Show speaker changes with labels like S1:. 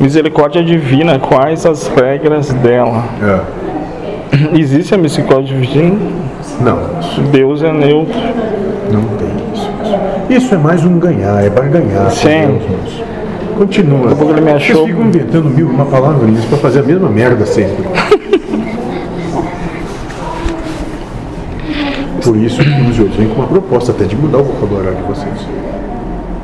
S1: Misericórdia divina, quais as regras dela?
S2: É.
S1: Existe a misericórdia divina?
S2: Não, isso
S1: Deus é neutro.
S2: não tem isso. Isso, Isso é mais um ganhar, é barganhar.
S1: Sim.
S2: entendeu, irmãos? Continua.
S1: a pouco ele me achou.
S2: Vocês ficam inventando mil e uma palavra nisso pra fazer a mesma merda sempre. Por isso que os hoje vem com uma proposta até de mudar o vocabulário de vocês.